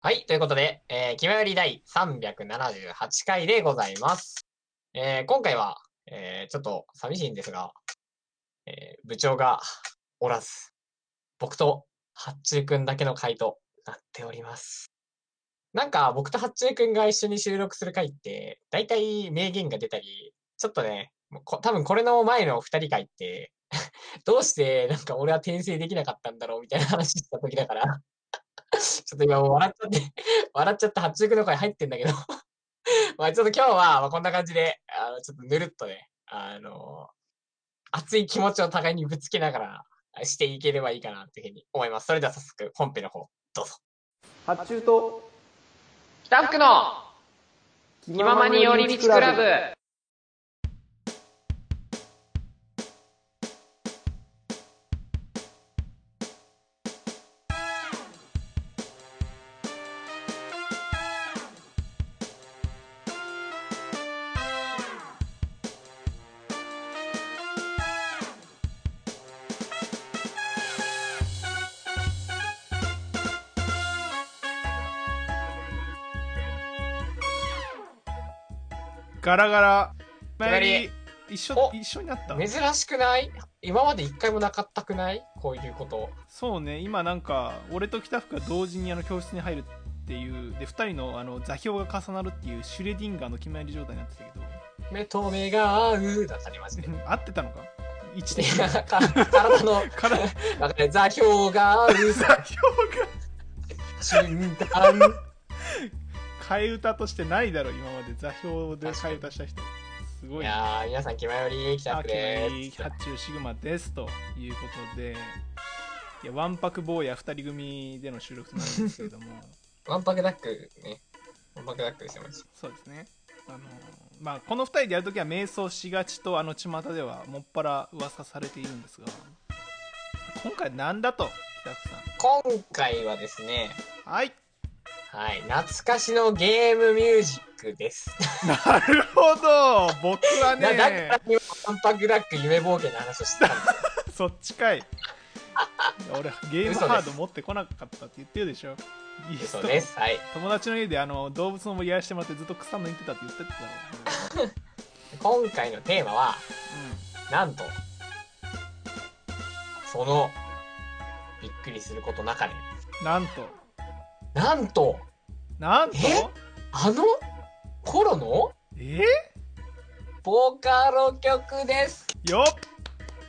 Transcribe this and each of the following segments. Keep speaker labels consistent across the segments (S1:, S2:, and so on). S1: はい、ということで、えー、気まより第378回でございます。えー、今回は、えー、ちょっと寂しいんですが、えー、部長がおらず、僕と八中くんだけの回となっております。なんか、僕と八中くんが一緒に収録する回って、だいたい名言が出たり、ちょっとね、こ多分これの前の二人会って、 どうしてなんか俺は転生できなかったんだろうみたいな話した時だから、ちょっと今もう笑っちゃって、 笑っちゃって八中の声入ってんだけど まあちょっと今日はまこんな感じで、あの、ちょっとぬるっとね、あのー、熱い気持ちを互いにぶつけながらしていければいいかなっていうふうに思います。それでは早速本編の方、どうぞ。
S2: 八中と、
S3: 北福の気ままに寄り道クラブ。
S4: ガラガラ。前一緒一緒になった
S1: 珍しくない今まで一回もなかったくないこういうこと
S4: そうね今なんか俺と北福が同時にあの教室に入るっていうで2人のあの座標が重なるっていうシュレディンガーの決まり状態になってたけど
S1: 目と目が合うだったりまして
S4: 合ってたのか
S1: 一点体の 体だから座標が合う
S4: 座標が
S1: 瞬間
S4: 替え歌としてないだろ今まで座標で替え歌した人すごい、
S1: ね、いや皆さん気まより北福です
S4: 八中シグマですということでいやわんぱく坊や2人組での収録となるんですけれども
S1: わんぱくダックねわんぱくダックですよ
S4: そうですねあのまあこの2人でやるときは迷走しがちとあの巷ではもっぱら噂されているんですが今回なんだと北福
S1: さん今回はですね
S4: はい
S1: はい、懐かしのゲームミュージックです。
S4: なるほど、僕は
S1: だ
S4: ね。
S1: から今、パンパグラック夢冒険の話をしてたん
S4: でそっちかい。俺、ゲームハード持ってこなかったって言ってるでしょ。
S1: 嘘です。 はい。
S4: 友達の家であの動物の森やらしてもらってずっと草抜いてたって言ってただろう。
S1: 今回のテーマは、うん、なんと、その、びっくりすることなかれ。
S4: なんと。
S1: なんと
S4: なんと
S1: あの頃の
S4: え
S1: ボカロ曲です
S4: よっ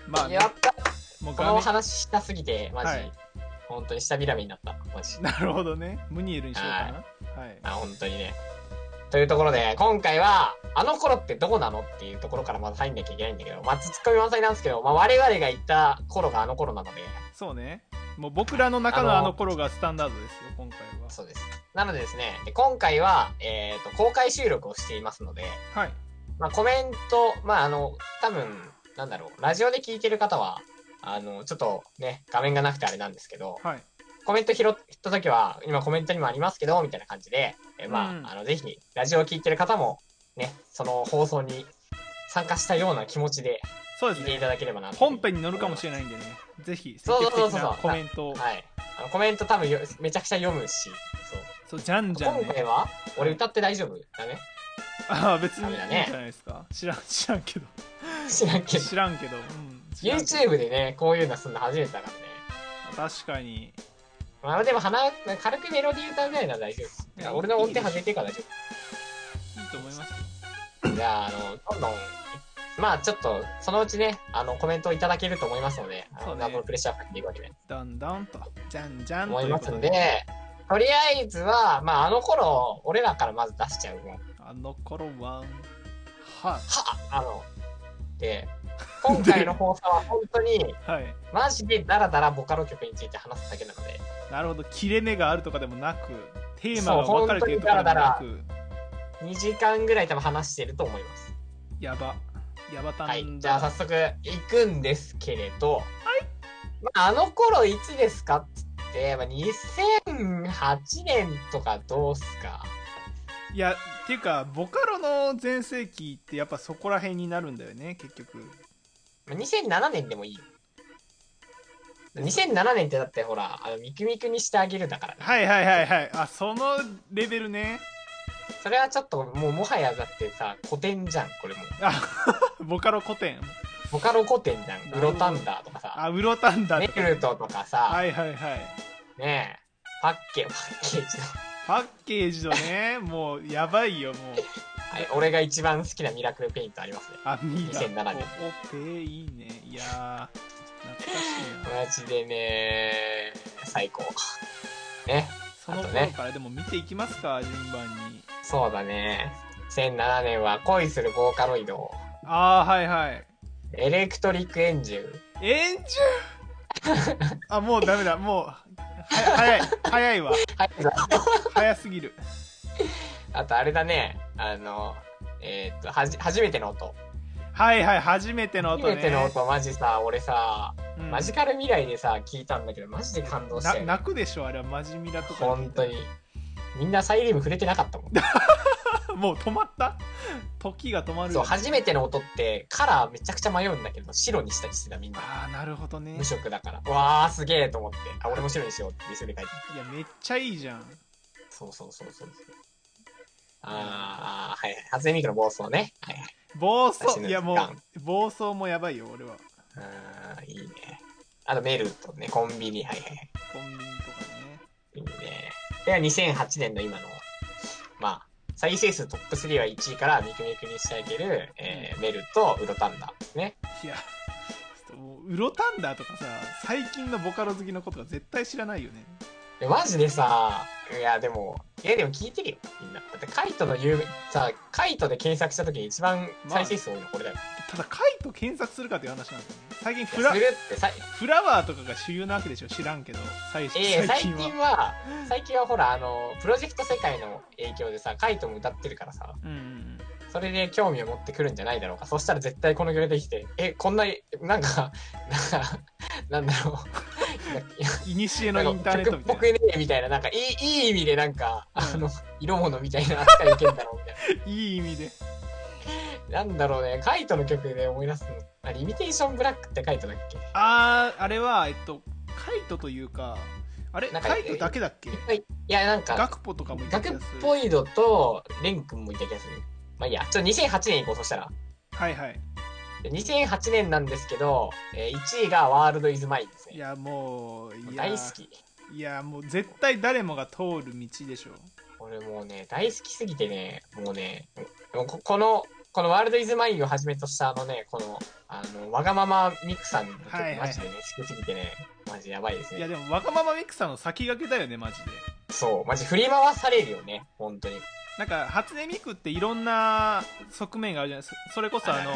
S4: まあ、
S1: ね、やったもうこの話したすぎてマジ、はい、本当に下びらみになったマジ
S4: なるほどねムニエルにしようか
S1: なはい、あ本当にねというところで今回はあの頃ってどうなのっていうところからまず入んなきゃいけないんだけどまあツッコミ満載なんですけど、まあ、我々が行った頃があの頃なので
S4: そうねもう僕らの中のあの頃がスタンダードですよ、今回は。
S1: そうです。なのでですね、で今回は、えっ、ー、と、公開収録をしていますので、
S4: はい。
S1: まあ、コメント、まあ、あの、多分、なんだろう、ラジオで聞いてる方は、あの、ちょっとね、画面がなくてあれなんですけど、
S4: はい。
S1: コメント拾った時は、今コメントにもありますけど、みたいな感じで、えー、まあ、うん、あの、ぜひ、ラジオを聞いてる方も、ね、その放送に参加したような気持ちで、
S4: そうですね。
S1: いただければな
S4: 本編に乗るかもしれないんでね。ぜひ、積極的なコメントを。
S1: はい。あのコメント多分よめちゃくちゃ読むし。
S4: そう。そう、じゃんじゃん、ね。
S1: 今回は俺歌って大丈夫だ ね。
S4: ああ、別にいいんじゃ
S1: ない
S4: ですか。ね、知らん、知らんけど。
S1: 知らんけど。、
S4: 知らんけど。うん
S1: YouTube でね、こういうのすんの初めてだからね。
S4: 確かに。
S1: まあでも鼻、軽くメロディー歌うぐらいなら大丈夫。俺の音程外れてから大丈
S4: 夫。いいと思います
S1: よ。じゃあ、あの、どんどんまあちょっと、そのうちね、あの、コメントをいただけると思いますので、あの、ね、ダブルプレッシャーかけていくわけで。
S4: どんどんと、じゃんじゃん
S1: と。思いますんで、とりあえずは、まああの頃、俺らからまず出しちゃうね。
S4: あの頃は、
S1: は、は、あの、で、今回の放送は本当に、
S4: はい、
S1: マジでダラダラボカロ曲について話すだけなので。
S4: なるほど、切れ目があるとかでもなく、テーマが分かれているとかでもなく。
S1: 2時間ぐらい多分話してると思います。
S4: やば。ヤバタン
S1: はい、じゃあ早速行くんですけれど、はいまあ、あの頃いつですかっつって、まあ、2008年とかどうすか
S4: いやっていうかボカロの全盛期ってやっぱそこら辺になるんだよね結局
S1: 2007年でもいい2007年ってだってほら、あの、ミクミクにしてあげるだからね。
S4: はいはいはいはいあそのレベルね
S1: それはちょっと、もうもはやだってさ、古典じゃん、これもう。
S4: あ ボカロ古典
S1: ボカロ古典じゃん。
S4: な
S1: グ
S4: るほど
S1: ロタンダーとかさ、
S4: あウロタンダ
S1: ネ
S4: と
S1: ク
S4: か
S1: ルトとかさ、
S4: はいはいはい
S1: ねえ、パッケ、パッケージの。
S4: パッケージのねもうやばいよもう
S1: はい、俺が一番好きなミラクルペイントありますね。
S4: あミラ
S1: 2007年
S4: コオペいいねいやー懐かしい
S1: マ
S4: な
S1: ジでね、最高。ね、
S4: その
S1: あとね
S4: 頃からでも見ていきますか順番に
S1: そうだね。2007年は恋するボーカロイド、
S4: ああはいはい
S1: エレクトリックエンジュ
S4: 円柱あもうダメだもうは早い早いわ
S1: はい、
S4: 早すぎる
S1: あとあれだね、あの、えーっと、はじ、初めての音。
S4: はいはい初めての音
S1: 初
S4: ね
S1: めての音、マジさ、俺さ、
S4: うん
S1: マジカル未来でさ、聞いたんだけど、マジで感動し
S4: な
S1: たよ、ね。
S4: 泣くでしょあれはマジミラとか
S1: 本当に。みんなサイリウム触れてなかったもん。
S4: もう止まった時が止まる
S1: そう、
S4: よ
S1: 初めての音って、カラーめちゃくちゃ迷うんだけど、白にしたりしてた、みんな。
S4: ああなるほどね
S1: 無色だから。うわー、すげえと思って。あ、俺も白にしようって店で書いて。
S4: いやめっちゃいいじゃん
S1: そうそうそうそう。あー、はいはい。初音ミクの暴走ね。はいはい。
S4: 暴
S1: 私
S4: 走
S1: の
S4: いやも
S1: 時
S4: う暴走もやばいよ俺は
S1: あー、いいね。あと、メルトね、コンビニ。はいはいはい。
S4: コンビニとかね
S1: いいね。では、2008年の今の、まあ、再生数トップ3は1位からミクミクにしてあげる、えーメルとウロタンダーですね。
S4: いやちょっともうウロタンダーとかさ最近のボカロ好きのことが絶対知らないよね
S1: えマジでさ、いや、でも、いや、でも聞いてるよ、みんな。だって、カイトの有名、さ、カイトで検索した時に一番再生数多いのこれだよ。
S4: ただカイト検索するかっていう話なんだよね最近フラ
S1: するってさ、
S4: フラワーとかが主流なわけでしょ知らんけど最最
S1: えー、最
S4: 近
S1: 近
S4: は、
S1: は、最近はほら、あの、プロジェクト世界の影響でさ、カイトも歌ってるからさ、
S4: うんうんうん
S1: それで興味を持ってくるんじゃないだろうか。そしたら絶対この曲できて、え、こんな、なんか、なんか、なんだ ろう。
S4: いにしえの
S1: な
S4: イ
S1: ん
S4: ン
S1: か
S4: ターネット
S1: 曲っ
S4: みた
S1: ぽ
S4: い
S1: くねえみたいな、なんかいい、いい意味でなんか、
S4: うん
S1: あの、色物みたいな扱い受けんだろうみたい
S4: ないい意味で
S1: な。なんだろうね、カイトの曲で思い出すの。あリミテーションブラックってカイトだっけ
S4: あーあれはえっとカイトというかあれ
S1: なんか
S4: カイトだけだっけ
S1: はい。いや、なん
S4: ガ
S1: か、
S4: クポとかもいた
S1: ガ
S4: 気
S1: クっ
S4: がする
S1: ぽいのと、レン君もいた気がする。まあいいや、ちょっと2008年行こう、そしたら。
S4: はいはい
S1: で2008年なんですけど、え1位がワールドイズマインです
S4: い
S1: ね。
S4: やもういや
S1: 大好き。
S4: いやもう絶対誰もが通る道でしょ
S1: 俺もうね、大好きすぎてね、もうね、もうここの、このワールドイズマインをはじめとしたあのね、この、あの、わがままミクさんの曲、
S4: はいはい
S1: マジでね、好きすぎてね、マジやばいです
S4: いや
S1: ね。
S4: でもわがままミクさんの先駆けだよねマジで
S1: そう、マジ振り回されるよね、本当に。
S4: なんか初音ミクっていろんな側面があるじゃないそそれこそあの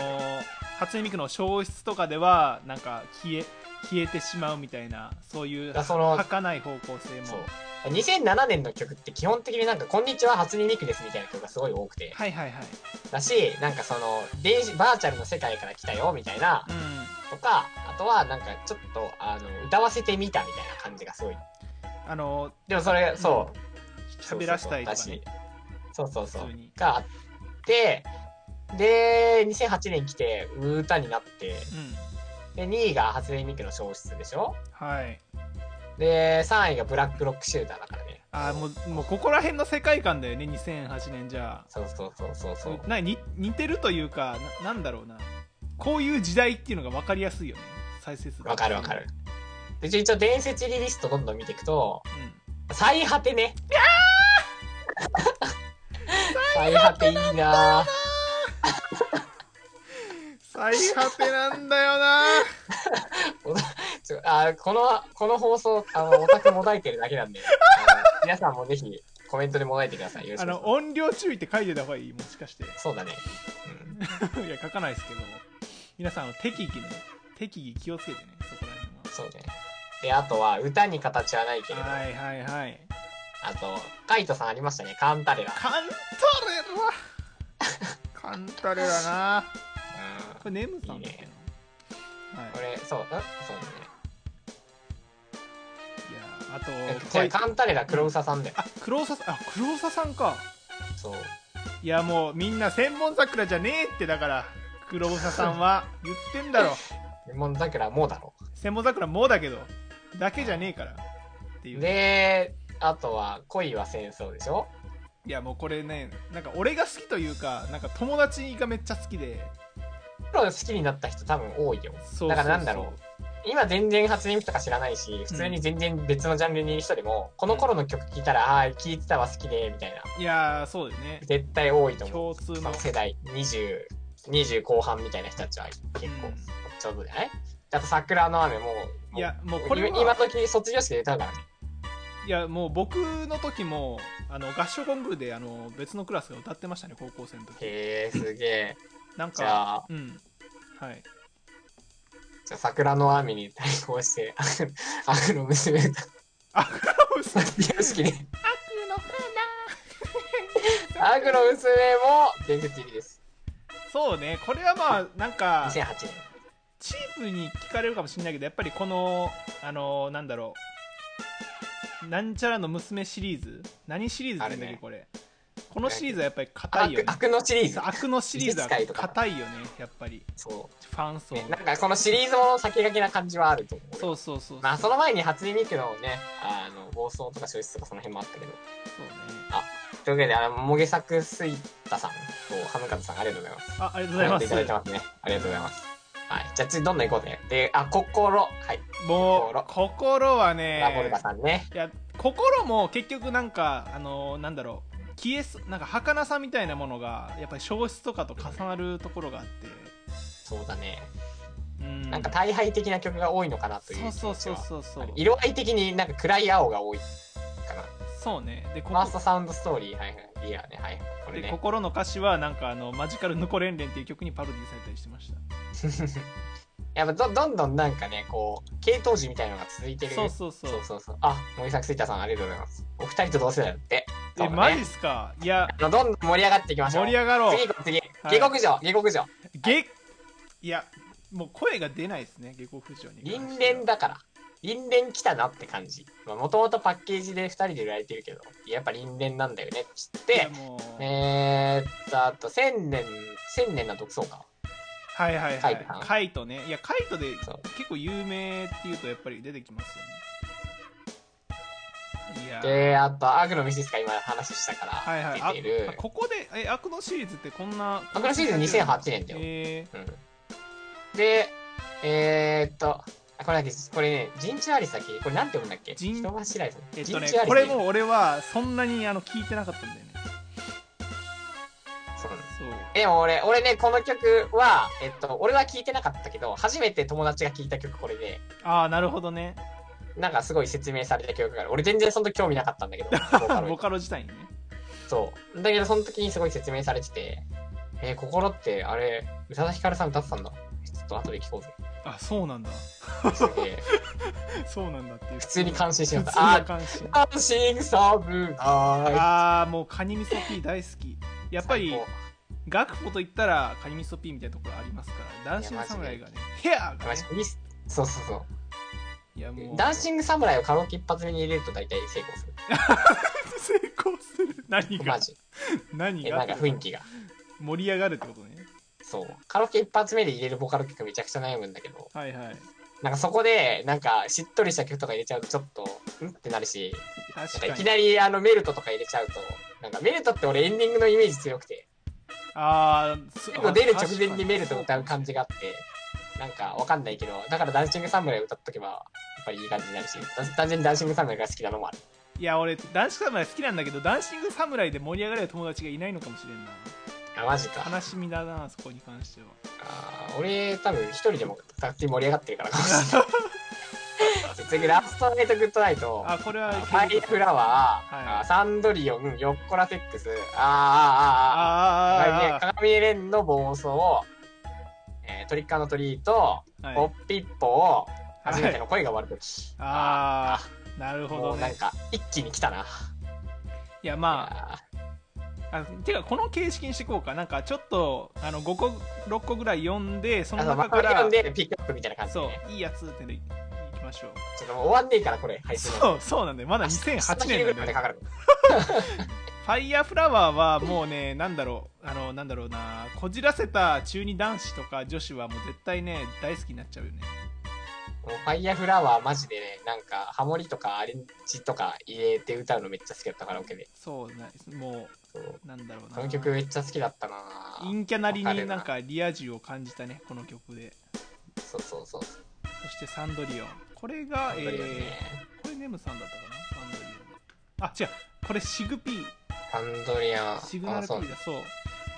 S4: 初音ミクの消失とかではなんか消え消えてしまうみたいなそういう
S1: だその
S4: 儚い方向性
S1: そう。
S4: も
S1: 2007年の曲って基本的になんか、こんにちは、初音ミクですみたいな曲がすごい多くて、
S4: はいはいはい
S1: だし、なんかその、電子、バーチャルの世界から来たよ、みたいな、
S4: うん
S1: とか、あとはなんかちょっと、あの、歌わせてみたみたいな感じがすごい。
S4: あの
S1: でもそれ、そう。
S4: 喋らしたいとかね
S1: そうそうそう
S4: 普通に。
S1: があって、で、2008年来て、歌になって、
S4: うん
S1: で、2位が初音ミクの消失でしょ
S4: はい
S1: で、3位がブラックロックシューターだからね。
S4: あーもうもうここら辺の世界観だよね2008年じゃあ
S1: そうそうそうそうそう。
S4: なに似てるというかななんだろうなこういう時代っていうのが分かりやすいよね再生数
S1: わかるわかる。で、一応伝説リリストどんどん見ていくと、
S4: う
S1: 最果てね。最果ていいなぁ。
S4: ん最果てなんだよな
S1: ちょあこの、この放送、あの、オタクもだいてるだけなんで、あの皆さんもぜひコメントでもだいてください。よろし
S4: あ
S1: くお願いしま
S4: の音量注意って書いてた方がいいもしかして
S1: す。そうだね。うん。
S4: いや書かないですけど皆さんあの適宜ね適宜気をつけてねそこら辺は
S1: そうね。で、あとは、歌に形はないけれど、
S4: はいはいはい
S1: あと、カイトさんありましたね、カンタレラ。
S4: カンタレラカンタレラなこ
S1: う
S4: れネムさんだっ
S1: い
S4: け
S1: いね
S4: な、はい
S1: ん。こ、れ、そう、うんそう
S4: いやあと
S1: だね。じゃあカンタレラ、黒サさんだよ。
S4: あ黒沢さんあ黒沢さんか
S1: そう。
S4: いやもうみんな千本桜じゃねえってだから黒房さんは言ってんだろ
S1: レモン桜もうだろ。
S4: 千本桜もうだけどだけじゃねえからっていう、
S1: で、あとは、恋は戦争でしょ
S4: いやもうこれねなんか俺が好きというかなんか友達がめっちゃ好きで
S1: プロ好きになった人多分多いよ。
S4: そうそうそう
S1: だからなんだろ今全然初音ミクとか知らないし、普通に全然別のジャンルにいる人でも、この頃の曲聴いたら、ああ、聴いてたわ好きで、みたいな。
S4: いやーそうだよね
S1: 絶対多いと思う。
S4: 共通
S1: そ
S4: の
S1: の世代、20、20後半みたいな人たちは結構、
S4: うん
S1: ちょうどじゃないあと桜の雨も、もう
S4: いやもうこれは
S1: 今今時卒業式で歌うからね。
S4: いやもう僕の時もあの合唱コンクールであの別のクラスが歌ってましたね高校生の時
S1: へえ、すげえ。
S4: なん
S1: じ
S4: か
S1: ゃあ、
S4: うんはい
S1: じゃあ桜の雨に対抗して、アフロ娘歌
S4: あクラ ブさん
S1: 卒業式で。アフロ娘も出口入りです。
S4: そうねこれはまあなんか
S1: 2008年。
S4: チープに聞かれるかもしれないけどやっぱりこのあのなんだろうなんちゃらの娘シリーズ何シリーズって言うんだっ
S1: あるね
S4: けこれこのシリーズはやっぱり硬いよ
S1: 悪
S4: ね
S1: 悪のシリーズ
S4: そう。悪のシリーズは
S1: 技術界とか
S4: 硬いよねやっぱり
S1: そ
S4: ファン層
S1: う、ね。なんかこのシリーズもの先駆けな感じはあると思う。
S4: そうそうそう
S1: まあその前に初音ミクのね、あの、暴走とか消失とかその辺もあったけど。
S4: そうね
S1: というわけで、あの、もげさくすいたさんと、ハムカズさん、ありがとうございます。
S4: あありがとうございま
S1: コメントいただいて
S4: す
S1: ますね。ありがとうございます。はい。じゃあ次、どんどん行こうね。で、あ、心。はい。
S4: もう心
S1: ラ
S4: は
S1: ボル
S4: ね
S1: バさんね。
S4: いや心も結局なんかあのなんだろう消えそなんか儚さみたいなものがやっぱり消失とかと重なるところがあって
S1: そうだね。
S4: うん
S1: なんか大敗的な曲が多いのかなという気
S4: そ
S1: 持
S4: う
S1: ち
S4: そ
S1: は。
S4: うそうそうそう
S1: 色合い的になんか暗い青が多いかな。
S4: そうねでこ
S1: ファーストサウンドストーリー、はいはい。リアね、はい。これ
S4: で
S1: ね。
S4: 心の歌詞はなんかあのマジカルヌコレンレンっていう曲にパロディされたりしてました
S1: やっぱどどんどんなんかね、こう、系統樹みたいなのが続いてる。
S4: そうそうそう
S1: そうそうそうあ、森作スイタさんありがとうございます。お二人と同世代だって。そうだ
S4: え
S1: ね
S4: マジっすかいや
S1: あのどんどん盛り上がっていきましょう。
S4: 盛り上がろう
S1: 次行こう、次。
S4: はい
S1: 下克上、下克上。
S4: げいやもう声が出ないですね下克上に関
S1: 輪
S4: しては
S1: 廻だから。輪廻来たなって感じ。もともとパッケージで二人で売られてるけど、やっぱ輪廻なんだよねって知っ
S4: いや
S1: て、
S4: もう
S1: えーっと、あと、千年、千年の独創か。
S4: はいはいは
S1: カイト
S4: い
S1: さん
S4: カイトねいやカイトで
S1: そう
S4: 結構有名っていうとやっぱり出てきますよねいや
S1: で、あと、アグのミススか今話したから、
S4: はいはいあ
S1: 出てる。
S4: あここでえ悪のシリーズってこんな
S1: アグのシリーズ2008年だよ。
S4: え
S1: うんで、えー、っと、あこれだっけ、これね、人中ありさき、これなんて読むんだっけ
S4: 人
S1: 人柱ありさ
S4: ー、え
S1: き。
S4: っ
S1: 人
S4: とね
S1: 中ありさき。
S4: これもう俺はそんなにあの聞いてなかったんだよね
S1: そうなんです。
S4: そう
S1: でも俺、俺ね、この曲は、えっと、俺は聴いてなかったけど、初めて友達が聴いた曲これで、
S4: ああなるほどね
S1: なんかすごい説明された曲がある。俺全然その時興味なかったんだ けど、ボーカロイド
S4: ボカロ自体にね
S1: そう。だけど、その時にすごい説明されてて、えー心って、あれ、宇多田ヒカルさん歌ってたんだ。ちょっと後で聴こうぜ。
S4: あそうなんだ
S1: すげえ
S4: そうなんだっていう
S1: 普通に感心しました。
S4: あ
S1: あー、ダンシングサブナ
S4: あーもうカニ味噌ピー大好きや
S1: イ
S4: っぱり
S1: 最高
S4: 学ポと言ったらカニ味噌ピーみたいなところありますからダンシング侍がねヘアが
S1: マ
S4: ね
S1: ジミスそうそうそう。
S4: いやもう
S1: ダンシングサムライをカラオケ一発目に入れると大体成功する。
S4: 成功する何が
S1: マジ。
S4: 何
S1: え、
S4: が
S1: なんか雰囲気が。
S4: 盛り上がるってことね
S1: そう。カラオケ一発目で入れるボカロ曲めちゃくちゃ悩むんだけど、
S4: はいはい
S1: なんかそこで、なんかしっとりした曲とか入れちゃうとちょっと、んってなるし、なん
S4: 確
S1: かい
S4: か
S1: き
S4: に
S1: なりあのメルトとか入れちゃうと、なんかメルトって俺エンディングのイメージ強くて、
S4: あーそ
S1: 結構出る直前
S4: 確か
S1: にメルト歌う感じがあって、なんかわかんないけど、だからダンシングサムライ歌っとけば、やっぱりいい感じになるし、単純にダンシングサムライが好きなのもある。
S4: いや俺ダンシング侍好きなんだけどダンシング侍で盛り上がれる友達がいないのかもしれんな
S1: あ、マジか。
S4: 悲しみだなそこに関しては
S1: あー俺多分一人でも勝手に盛り上がってるからかもしれ ない次ラストナイトグッドナイト
S4: あこれは
S1: ファイフラワー、
S4: はい
S1: あサンドリオンヨッコラセックスあーあーあーああ
S4: あーあーあー
S1: 鏡レンの暴走、えートリッカーのトリート、
S4: はい
S1: ポッピッポを
S4: はい
S1: 初めての恋が終わる時、
S4: ああなるほ
S1: も
S4: ど
S1: うな
S4: ね
S1: んか一気に来たない
S4: やま
S1: あ
S4: ああてかこの形式にしていこうかなんかちょっとあの5個6個ぐらい読んでそ
S1: ー
S4: の
S1: あのま
S4: 中
S1: あ
S4: か
S1: マ
S4: ら
S1: リオンでピックアップみたいな感じで
S4: そ
S1: ね
S4: ういいやつってでいきましょう
S1: ちょっともう終わんねえからこれ配信
S4: そうそうなんだよまだ2008年なん
S1: ま
S4: だよ
S1: でかかる
S4: ファイヤーフラワーはもうね、なんだろう、あの、なんだろうな、こじらせた中二男子とか女子はもう絶対ね、大好きになっちゃうよね。
S1: もうファイヤーフラワーマジでね、なんかハモリとかアレンジとか入れて歌うのめっちゃ好きだったカラオケで。
S4: そうなも
S1: そう
S4: うなんだろうな
S1: この曲めっちゃ好きだったな
S4: 陰キャなりになんかリア充を感じたねこの曲で
S1: そうそうそう。
S4: そしてサンドリオンこれが、
S1: サンドリオンね
S4: えー、これネムさんだったかなサンドリオンあ違うこれシグピー
S1: サンドリアン。
S4: シグナルピ
S1: そう
S4: ーだそう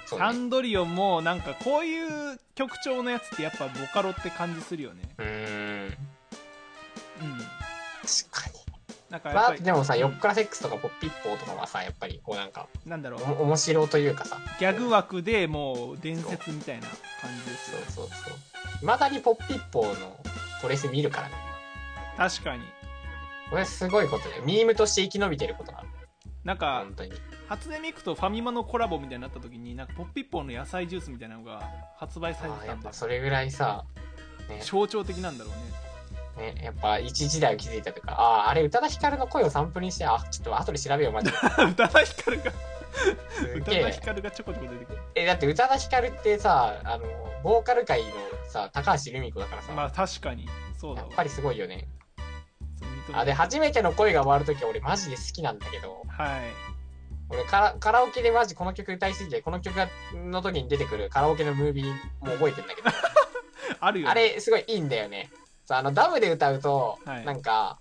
S1: そう
S4: サ
S1: ね。
S4: ンドリオンもなんかこういう曲調のやつってやっぱボカロって感じするよね
S1: うーん。確
S4: うん
S1: かに。
S4: なんかや
S1: ま
S4: っ
S1: あ
S4: ぱ、り
S1: でもさ、ヨッカラセックスとかポッピッポーとかはさ、やっぱりこうなんか、
S4: なんだろう
S1: おも面白というかさ。
S4: ギャグ枠でもう伝説みたいな感じです
S1: そ
S4: よ
S1: うそうそう。いまだにポッピッポーのトレス見るからね。
S4: 確かに
S1: これすごいことだよ。ミームとして生き延びてることがある。
S4: なんか
S1: 本当に。
S4: 初音ミクとファミマのコラボみたいになった時になんかポッピッポーの野菜ジュースみたいなのが発売され
S1: ああ
S4: て
S1: やっ
S4: たんだ
S1: ぱ
S4: よ
S1: それぐらいさ、ね
S4: 象徴的なんだろうね
S1: ね、やっぱ一時代を築いたというか、ああ、あれ、宇多田ヒカルの声をサンプルにして、あ、ちょっと後で調べよう、マジ で。
S4: 宇多田ヒカルが
S1: す
S4: 宇多
S1: げ
S4: 田
S1: え
S4: ヒ。カルがちょこちょこ出てくる
S1: え、だって宇多田ヒカルってさ、あの、ボーカル界のさ、高橋留美子だからさ、
S4: まあ確かにそう
S1: や
S4: だ
S1: っ
S4: わ
S1: ぱりすごいよね。
S4: そう認め
S1: あ、で、初めての恋が終わるとき俺マジで好きなんだけど、
S4: はい
S1: 俺カラカラオケでマジこの曲歌いすぎて、この曲がの時に出てくるカラオケのムービーも覚えてんだけど、
S4: あるよね
S1: あれすごいいいんだよね。そうあのダムで歌うと、
S4: はい
S1: なんか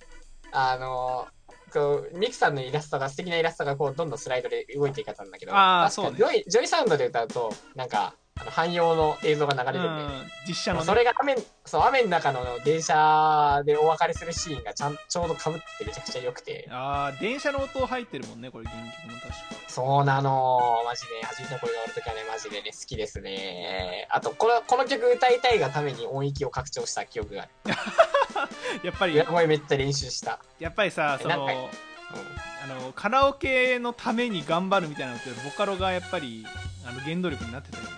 S1: あのこうミクさんのイラストが素敵なイラストがこうどんどんスライドで動いていかったんだけど、
S4: あー
S1: 確か
S4: そうね
S1: ジョイジョイサウンドで歌うとなんかあの汎用の映像が流れるんで、
S4: うん実写の、ね、
S1: それが雨そう雨の中の電車でお別れするシーンがちゃんちょうどかぶっててめちゃくちゃ良くて、
S4: ああ電車の音入ってるもんねこれ原曲も確か
S1: そうなのマジで初めての恋が終わる時はねマジでね好きですね。あとこのこの曲歌いたいがために音域を拡張した記憶がある。
S4: やっぱり
S1: 裏声めっちゃ練習した。
S4: やっぱりさ
S1: え
S4: そ
S1: なん
S4: の
S1: うん
S4: あのカラオケのために頑張るみたいなのってボカロがやっぱりあの原動力になってたよね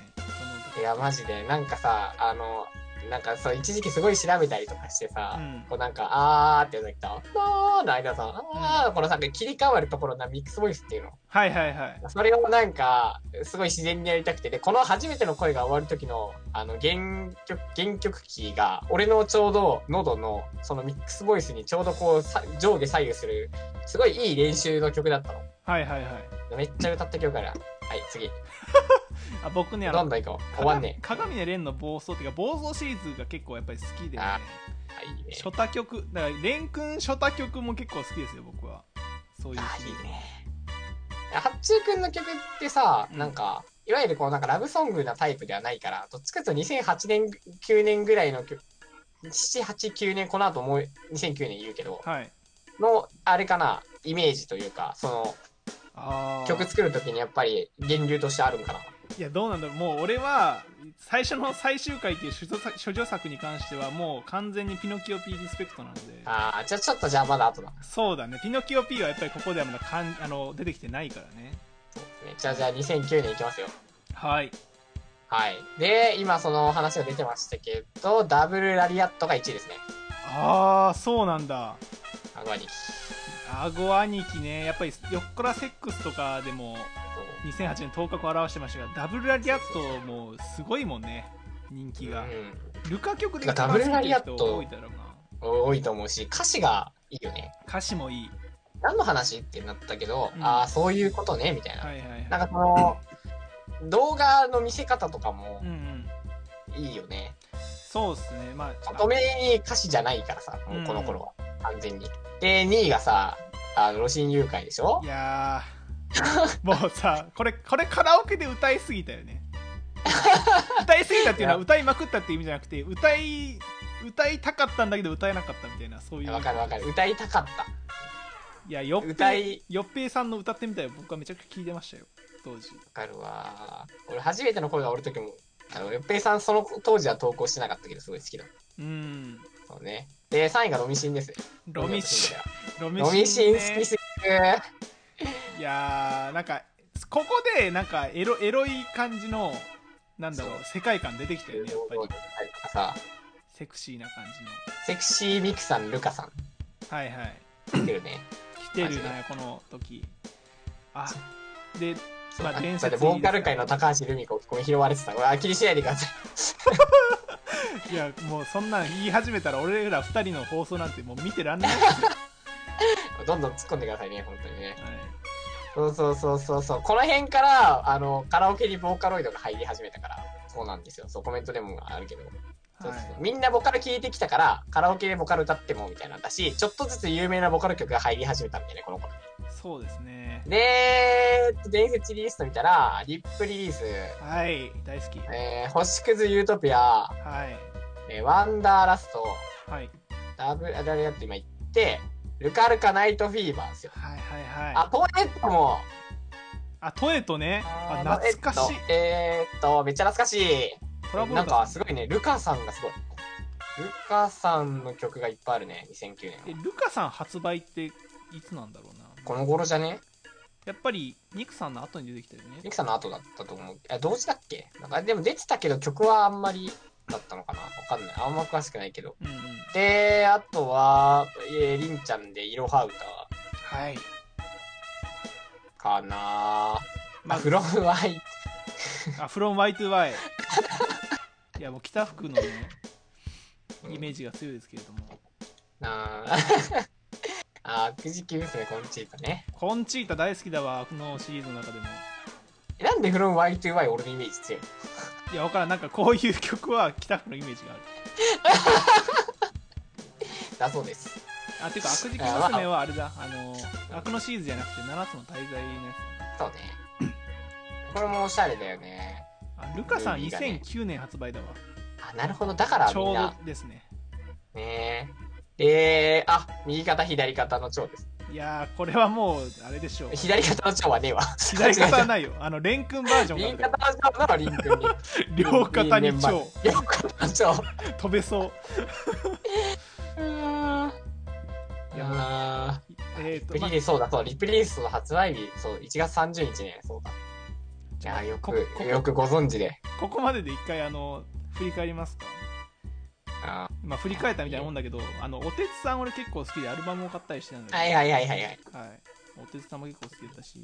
S4: そ
S1: いやマジでなんかさあのなんかそう一時期すごい調べたりとかしてさ、
S4: うん
S1: こうなんか「あー」って言うときと「あー」の間さ「あー」このなんか切り替わるところのミックスボイスっていうの
S4: はいはいはい
S1: それをなんかすごい自然にやりたくてでこの「初めての恋」が終わる時のあの原曲原曲キーが俺のちょうど喉のそのミックスボイスにちょうどこうさ上下左右するすごいいい練習の曲だったの
S4: はいはいはい
S1: めっちゃ歌った曲あるはい次
S4: あ僕ねあ
S1: どん
S4: の
S1: どん行こう終わんね
S4: かが鏡音蓮の暴走っていうか暴走シリーズが結構やっぱり好きで、ね、
S1: あえはいいいね
S4: 初多曲だから蓮くん初多曲も結構好きですよ僕はそういう
S1: あ
S4: シ
S1: い
S4: リーズ
S1: いねハッチーくんの曲ってさ、
S4: うん
S1: なんかいわゆるこうなんかラブソングなタイプではないからどっちかというと2008年9年ぐらいの曲789年この後もう2009年言うけど
S4: はい
S1: のあれかなイメージというかその
S4: ああ
S1: 曲作る時にやっぱり源流としてあるんかない
S4: やどうなんだろうもう俺は最初の最終回っていう諸女作諸女作に関してはもう完全にピノキオ P リスペクトなんで
S1: あーじゃあちょっとじゃあまだ後だ
S4: そうだねピノキオ P はやっぱりここではまだかんあの出てきてないからね
S1: そうですねじゃあじゃあ2009年いきますよ
S4: はい
S1: はいで今その話が出てましたけどダブルラリアットが1位ですね
S4: ああそうなんだ
S1: あご兄貴
S4: 顎兄貴ねやっぱりよっこらセックスとかでも
S1: そう
S4: 2008年頭角を表してましたがダブルラリアットもすごいもんね人気が、
S1: うん
S4: ルカ曲
S1: て
S4: で
S1: かダブルラリアット
S4: 一番好きな人多いだろうな
S1: 多いと思うし歌詞がいいよね
S4: 歌詞もいい
S1: 何の話ってなったけど、
S4: うん
S1: ああそういうことねみたいな、
S4: はいはいはい
S1: なんかその、動画の見せ方とかも
S4: うんうん
S1: いいよね
S4: そうっすねまあ
S1: 止めに歌詞じゃないからさもうこの頃は、完全にで2位がさあの露心誘拐でしょ
S4: いやーもうさこれ これカラオケで歌いすぎたよ ね歌いすぎたっていうのは歌いまくったっていう意味じゃなくて歌い歌いたかったんだけど歌えなかったみたいなそういう
S1: わかるわかる歌いたかっ
S4: いやよ
S1: た
S4: っ
S1: 歌
S4: ぺい
S1: い
S4: よっぺいさんの歌ってみたい僕はめちゃくちゃ聞いてましたよ当時
S1: わかるわ俺初めての声が俺る時もあのよっぺいさんその当時は投稿してなかったけどすごい好きだっ
S4: うん
S1: たのねで3位がロミシンですよ
S4: ロミシンロ
S1: ロミシン
S4: ね
S1: 好きすぎる
S4: いやーなんかここでなんかエロエロい感じのなんだろう
S1: そ
S4: 世界観出てきたよねやっぱり
S1: さ
S4: セクシーな感じの
S1: セクシーミクさんルカさん
S4: はいはい
S1: 来てるね
S4: 来てるねこの時あで
S1: そう
S4: まあ
S1: だ
S4: 伝
S1: って
S4: 説
S1: ボーカル界
S4: いい
S1: の
S4: ですか
S1: 高橋留美子これ拾われてたこれあ気にしないでください
S4: いやもうそんなん言い始めたら俺ら2人の放送なんてもう見てらんない、 は
S1: どんどん突っ込んでくださいね、本当にね。
S4: い、
S1: そうそうそうそうそう。この辺から、あの、カラオケにボーカロイドが入り始めたから、そうなんですよ。そう、コメントでもあるけど。そうそう
S4: はい
S1: みんなボカロ聴いてきたから、カラオケでボカロ歌ってもみたいなんだし、ちょっとずつ有名なボカロ曲が入り始めたみたいな、この子。
S4: そうですね
S1: で、伝説リリースと見たら、リップリリース、
S4: はい大好きはい
S1: えー、星屑ユートピア、えーワンダーラスト、
S4: はい
S1: ダブ、あれやって今言って、ルカルカナイトフィーバーですよ。
S4: はいはいは
S1: あ、
S4: い
S1: ポエットも、
S4: あトエとねあ懐かしい
S1: えーっと、めっちゃ懐かしい。
S4: トラボ
S1: な
S4: ル
S1: んか
S4: タ
S1: すごいね、ルカさんがすごい。ルカさんの曲がいっぱいあるね、2009
S4: え
S1: 年。
S4: ルカさん発売っていつなんだろうな
S1: この頃じゃね
S4: やっぱりニクさんの後に出てきたよね
S1: ミクさんの後だったと思う。え、同時だっけなんか、でも出てたけど曲はあんまりだったのかなわかんない。あんま詳しくないけど。
S4: うんうん
S1: で、あとは、えー、りんちゃんでいろは歌
S4: はい
S1: かなま
S4: ま
S1: あ、
S4: あ
S1: フロムワイ
S4: あフロン Y2Y いやもう北福のねイメージが強いですけれども
S1: なー あー、くじき娘コンチータね。
S4: コンチータ大好きだわこのシリーズの中でも
S1: えなんでフロム Y2Y 俺のイメージ強いの
S4: いやわからんなんかこういう曲は北福のイメージがある
S1: だそうです。
S4: あていうか悪事記娘はあれだあの悪のシリーズじゃなくて7つの滞在のや
S1: そうね。これもおしゃれだよね。
S4: つあルカさん
S1: ルビーがね
S4: 2009年発売だわ
S1: あ、なるほど。だから
S4: ち
S1: み
S4: ょ
S1: ん
S4: うど
S1: な。
S4: ですね
S1: ねえ。で、あ、右肩左肩の蝶です。
S4: いやーこれはもうあれでしょう
S1: 左肩の蝶はねえわ。
S4: 左肩はないよあのレン君バージョ
S1: 右
S4: ンがある
S1: 肩の蝶ならリン君に。
S4: 両肩に超
S1: 両肩の蝶。
S4: 飛べそ
S1: う
S4: う
S1: ーん。いやー
S4: え
S1: リ
S4: っ、
S1: ッ
S4: と、
S1: プリリース、そうだ、そう、リップリリースの発売日、そう、1月30日ね、そうだ。いやーよ
S4: ここ
S1: く、よくご存知で。
S4: ここまでで一回あの振り返りますか
S1: あ
S4: まあ振り返ったみたいなもんだけどあのおてつさん俺結構好きでアルバムを買ったりしてたんだけ
S1: ー
S4: ど
S1: はいはいはいはいはい。
S4: はい、お手伝いも結構好きだったし、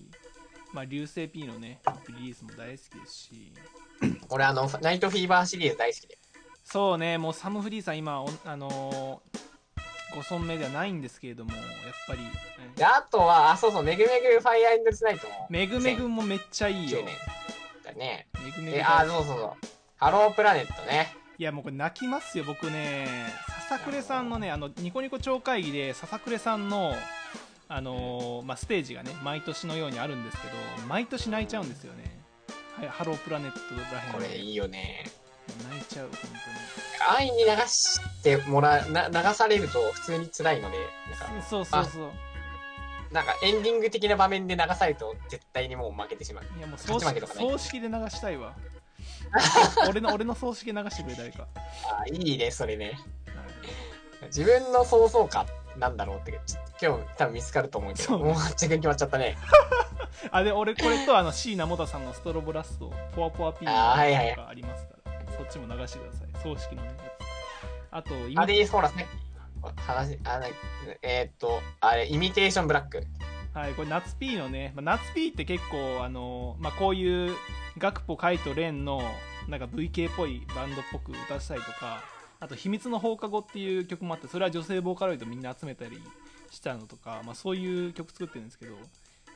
S4: まあ、流星 P のね、リリースも大好きですし、
S1: 俺、あの、ナイトフィーバーシリーズ大好きで。
S4: そうね、もうサム・フリーさん、今、おあのー、ご存命ではないんですけれども、やっぱり、
S1: で、あとは、あ、そうそう、めぐめぐファイアエンドルスナイトも。
S4: めぐめぐもめっちゃいいよ。
S1: 2009年
S4: め
S1: だね。
S4: ぐめぐ
S1: で、あ、そうそうそう。ハロープラネットね。
S4: いや、もうこれ泣きますよ、僕ね、笹倉さんのね、あのニコニコ超会議で、笹倉さんの、あのーまあ、ステージがね、毎年のようにあるんですけど、毎年泣いちゃうんですよね。はい、ハロープラネットらへん
S1: これいいよね。
S4: 泣いちゃう、本当に。
S1: 安易に流してもらう、な流されると普通に辛いので、なんか、
S4: そうそうそう。
S1: なんかエンディング的な場面で流されると絶対にもう負けてしまう。
S4: いやもう葬
S1: 勝ち負け
S4: 式
S1: とかね
S4: 葬式で流したいわ俺の俺の葬式流してくれ誰か、は
S1: あ、いいね、それね。
S4: い
S1: 自分の想像感なんだろうって、ちょっと今日多分見つかると思うけ
S4: そ
S1: ど、
S4: う
S1: もう自分決まっちゃったね。
S4: あで俺これとあの椎名もたさんのストロボラストポワポワピーと
S1: あーはいはい
S4: かありますから、そっちも流してください葬式のねやつあとイミ
S1: あれ、ほら、さっき話、あの、えーっと、あれ、イミテーションブラック。
S4: はいこれ夏 P のね、まあ、夏 P って結構あの、まあ、こういう学ポカイトレンのなんか VK っぽいバンドっぽく歌したりとかあと「秘密の放課後」っていう曲もあってそれは女性ボーカロイドみんな集めたりしたのとか、まあ、そういう曲作ってるんですけど、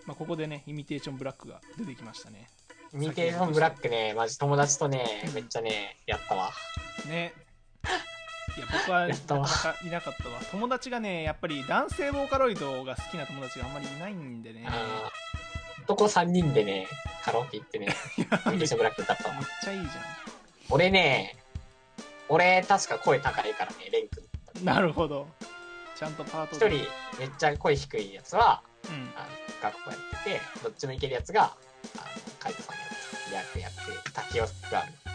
S4: まあ、ここでね「イミテーションブラック」が出てきましたね
S1: イミテーションブラックね、マジ友達とね、めっちゃね、やったわ。
S4: ねいや僕
S1: や
S4: はな
S1: った
S4: か
S1: わ
S4: なかいなかったわ友達がねやっぱり男性ボーカロイドが好きな友達があんまりいないんでね
S1: あー男3人でね、カラオケ行ってね、イミテーションブラック歌った
S4: め
S1: わ
S4: っ。ちゃいいじ
S1: 俺ね、俺確か声高いからね、レン君。
S4: ゃ んなるほどちゃんとパート
S1: 一
S4: で
S1: 人めっちゃ声低いやつは、
S4: うん
S1: あの学校やってて、どっちもいけるやつが、あの、カイトさんやって、やってやって、滝尾く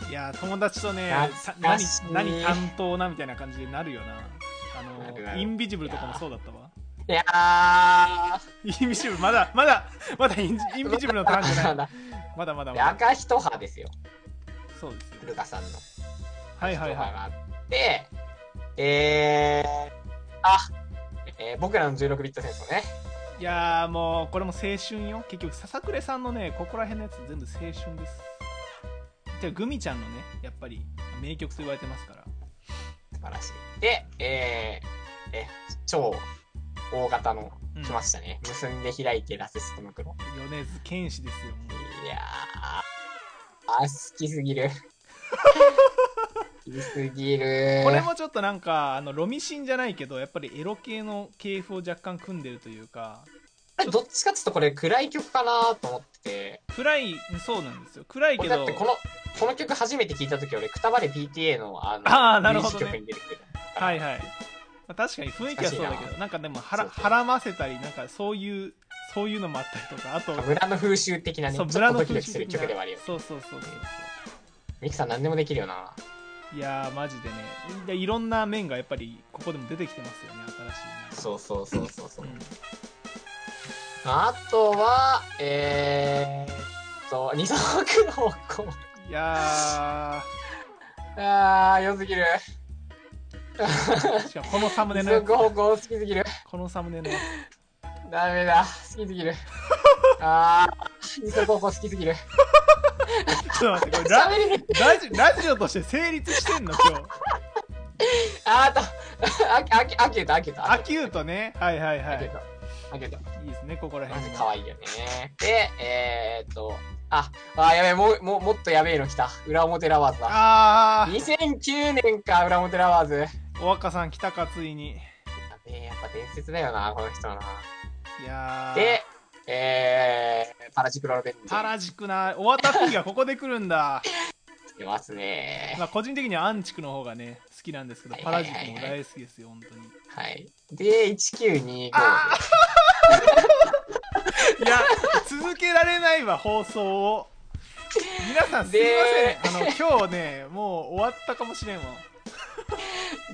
S1: ん。
S4: いやー友達とねさ
S1: 懐か
S4: 何
S1: しい
S4: 何担当なみたいな感じになるよなあ
S1: な
S4: の
S1: るなる
S4: インビジブルとかもそうだったわ
S1: いやー、
S4: インビジブルまだまだまだインインビジブルのターンじ ゃない
S1: い。
S4: まだまだま
S1: で、
S4: だ
S1: 赤一葉ですよ、
S4: そうですよ
S1: ルカさんの。
S4: はいはい
S1: 一葉
S4: は
S1: があって、で、あ、えー僕らの16ビット戦争ね。
S4: いいやーもうこれも青春よ結局笹倉さんのねここら辺のやつ全部青春ですじゃあグミちゃんのねやっぱり名曲と言われてますから
S1: 素晴らしい。で、えー、え、超大型の
S4: うん
S1: 来ましたね。結んで開いてラセストの黒。
S4: 米津玄師ですよもう
S1: いやー、あ、好きすぎ る。好きすぎる。
S4: これもちょっとなんかあのロミシンじゃないけどやっぱりエロ系の系譜を若干組んでるというか
S1: どっちかっていうとこれ暗い曲かなと思ってて。
S4: 暗いそうなんですよ暗いけ
S1: 俺だ
S4: ど
S1: ってこの、この曲初めて聞いた時俺、くたばれ PTA のあの、
S4: あーなるほどね
S1: ミュージック曲に出てくる。
S4: はいはい、まあ、確かに雰囲気はそうだ
S1: 懐か
S4: け
S1: し
S4: どなんかでもはら
S1: そうそう
S4: はらませたりなんかそういうそういうのもあったりとかあと
S1: 村の風習的なね、ち
S4: そ
S1: ょ
S4: う
S1: っと
S4: 村の
S1: ドキ
S4: 風
S1: ドキ
S4: 習
S1: する
S4: 的な
S1: 曲ではあるよね。
S4: そうそうそうそう
S1: ミキさん何でもできるよな。
S4: いやーマジでねいやいろんな面がやっぱりここでも出てきてますよね新しいね
S1: そうそうそうそうそうう。
S4: ん
S1: あとは、えーっと、二足の方向。
S4: いや
S1: あー、良すぎる。
S4: ーしかもこのサムネ
S1: 二
S4: のや
S1: 足
S4: つ
S1: 方向好きすぎる。
S4: このサムネのや
S1: ダメだ。好きすぎ る。あー、二足方向好きすぎる。
S4: つちょっと待ってこれラ
S1: 喋れる。
S4: ラジラジオとして成立してん の今日
S1: あーと、あき、あき、あきゅうと、あきゅうと、
S4: アキュートねはいはいは
S1: あきゅう
S4: い
S1: と。あきゅうと。
S4: いいですねここら
S1: まず
S4: 辺
S1: 可愛いよね。で、えーっと、あ、あー、やべえ、もう、もう、もっとやべえの来た。裏表ラワーズだ。
S4: あー
S1: 2009年か、裏表ラワーズ。や
S4: お若さん来たかついに
S1: べえ、やっぱ伝説だよな、この人はな。
S4: いやー
S1: で、えー、パラジクロロベンジ
S4: パラジクなおわたくがここで来るんだ
S1: 来てますね。
S4: まあ個人的にはアンチクの方がね好きなんですけど
S1: はい
S4: パ
S1: は
S4: ラ
S1: い
S4: ジ
S1: はいはい
S4: クも大好きですよ本当に
S1: はい。で、1925。
S4: あいや続けられないわ放送を皆さんすい
S1: で
S4: ませんあの今日ねもう終わったかもしれんわ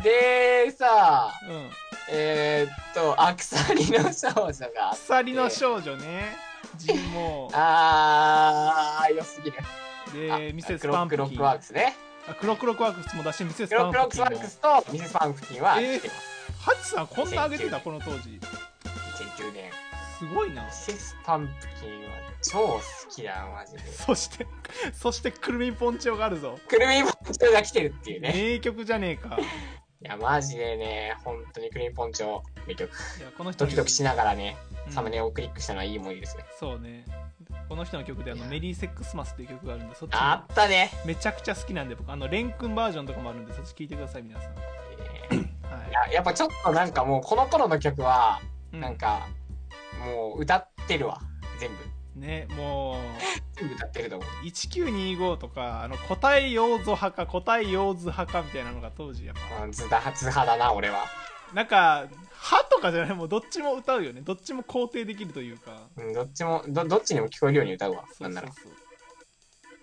S1: で、さあ、
S4: うん
S1: えー、っと、アクサリの少女があって。
S4: 鎖の少女ねジンモ
S1: あー、良すぎる。
S4: ーでミセス
S1: クロ
S4: パ
S1: ッ
S4: ン
S1: ク
S4: プ
S1: ロ
S4: キ
S1: ッ
S4: ン
S1: クワークスね。
S4: あクロックロックワークスも出してミセス
S1: クロ
S4: パ
S1: ッ
S4: ン
S1: クロッ
S4: プ
S1: ク
S4: キ
S1: ス
S4: ン
S1: ワ
S4: も
S1: ークスとミセスパンプキンは
S4: えー
S1: 来てます。
S4: ハチさんこんな上げてたこの当時
S1: 2009年。
S4: すごいな
S1: ミセスパンプキンは超好きだな、マジで。
S4: そしてそしてくるみポンチョがあるぞ
S1: クルミンポンチョが来てるっていうね。
S4: 名曲じゃねえか
S1: いや、マジでね、本当にクルミンポンチョ、名曲。
S4: いやこの人
S1: ドキドキしながらね、
S4: うん
S1: サムネをクリックしたのはいい思い出ですね。
S4: そうねこの人の曲であの「メリーセックスマス」っていう曲があるんでそっち
S1: あ
S4: も
S1: ったね。
S4: めちゃくちゃ好きなんで僕あのレン君バージョンとかもあるんでそっち聴いてください皆さん、はい
S1: ややっぱちょっとなんかもうこの頃の曲は、
S4: い、
S1: なんか、もう歌ってるわ。全部。
S4: うんねも
S1: 全部歌ってると思う。
S4: う1925とかあの答えようぞ派か答えようず派かみたいなのが当時やっぱ
S1: うん、ずだ、ずはだな、俺は。
S4: なんか派とかじゃないもうどっちも歌うよねどっちも肯定できるというか
S1: うん、どっちも、ど、どっちにも聞こえるように歌うわ。なんなら。い
S4: そう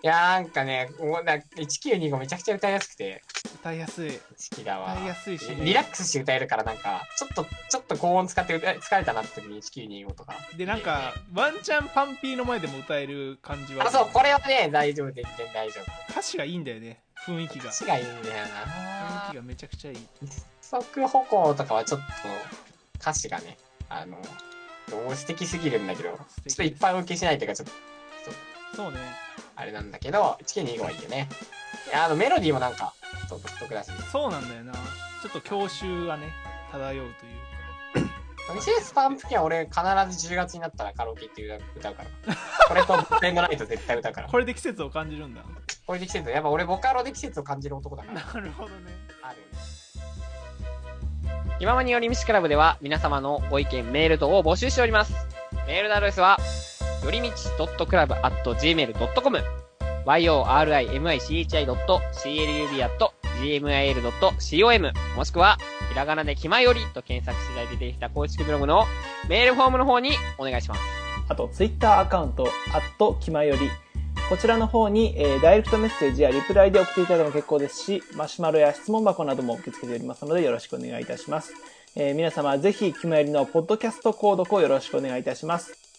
S1: やー、なんかね、もうな1925めちゃくちゃ歌いやすくて、
S4: 歌いやすい
S1: 好きだわ。
S4: 歌いやすいしね
S1: リリラックスして歌えるから、なんか、ちょっと、ちょっと高音使って歌え疲れたなって時に1925とか。
S4: でなんかワンチャンパンピーの前でも歌える感じは
S1: あ、そう、これはね、大丈夫、全然大丈夫。
S4: 歌詞がいいんだよね雰囲気が
S1: 歌詞がいいんだよ
S4: 雰囲
S1: な
S4: 気。がめちゃくちゃいい
S1: 足歩行とかはちょっと歌詞がねあの素敵すぎるんだけどちょ
S4: 素敵です
S1: っと一般受けしないというかちょっと
S4: そうね
S1: あれなんだけど1925はいいよねであのメロディーもなんかちょっと独特だし
S4: そうなんだよなちょっと郷愁がね漂うという
S1: ミシェスパンプキンは俺必ず10月になったらカラオケ行って歌うからこれと「フレ ンドナイト」絶対歌うか
S4: からこれで季節を感じるんだ
S1: これで季節やっぱ俺ボカロで季節を感じる男だから
S4: なるほどね
S1: ある
S3: 気ままに寄り道クラブでは皆様のご意見、メール等を募集しております。メールのアドレスは、よりみち .club.gmail.com、yorimichi.club.gmail.com、もしくは、ひらがなで気まよりと検索していただいて出てきた公式ブログのメールフォームの方にお願いします。
S2: あと、ツイッターアカウント、アットキマより。こちらの方に、えーダイレクトメッセージやリプライで送っていただいても結構ですし、マシュマロや質問箱なども受け付けておりますので、よろしくお願いいたします。えー皆様、ぜひ、キマよりのポッドキャスト購読をよろしくお願いいたします。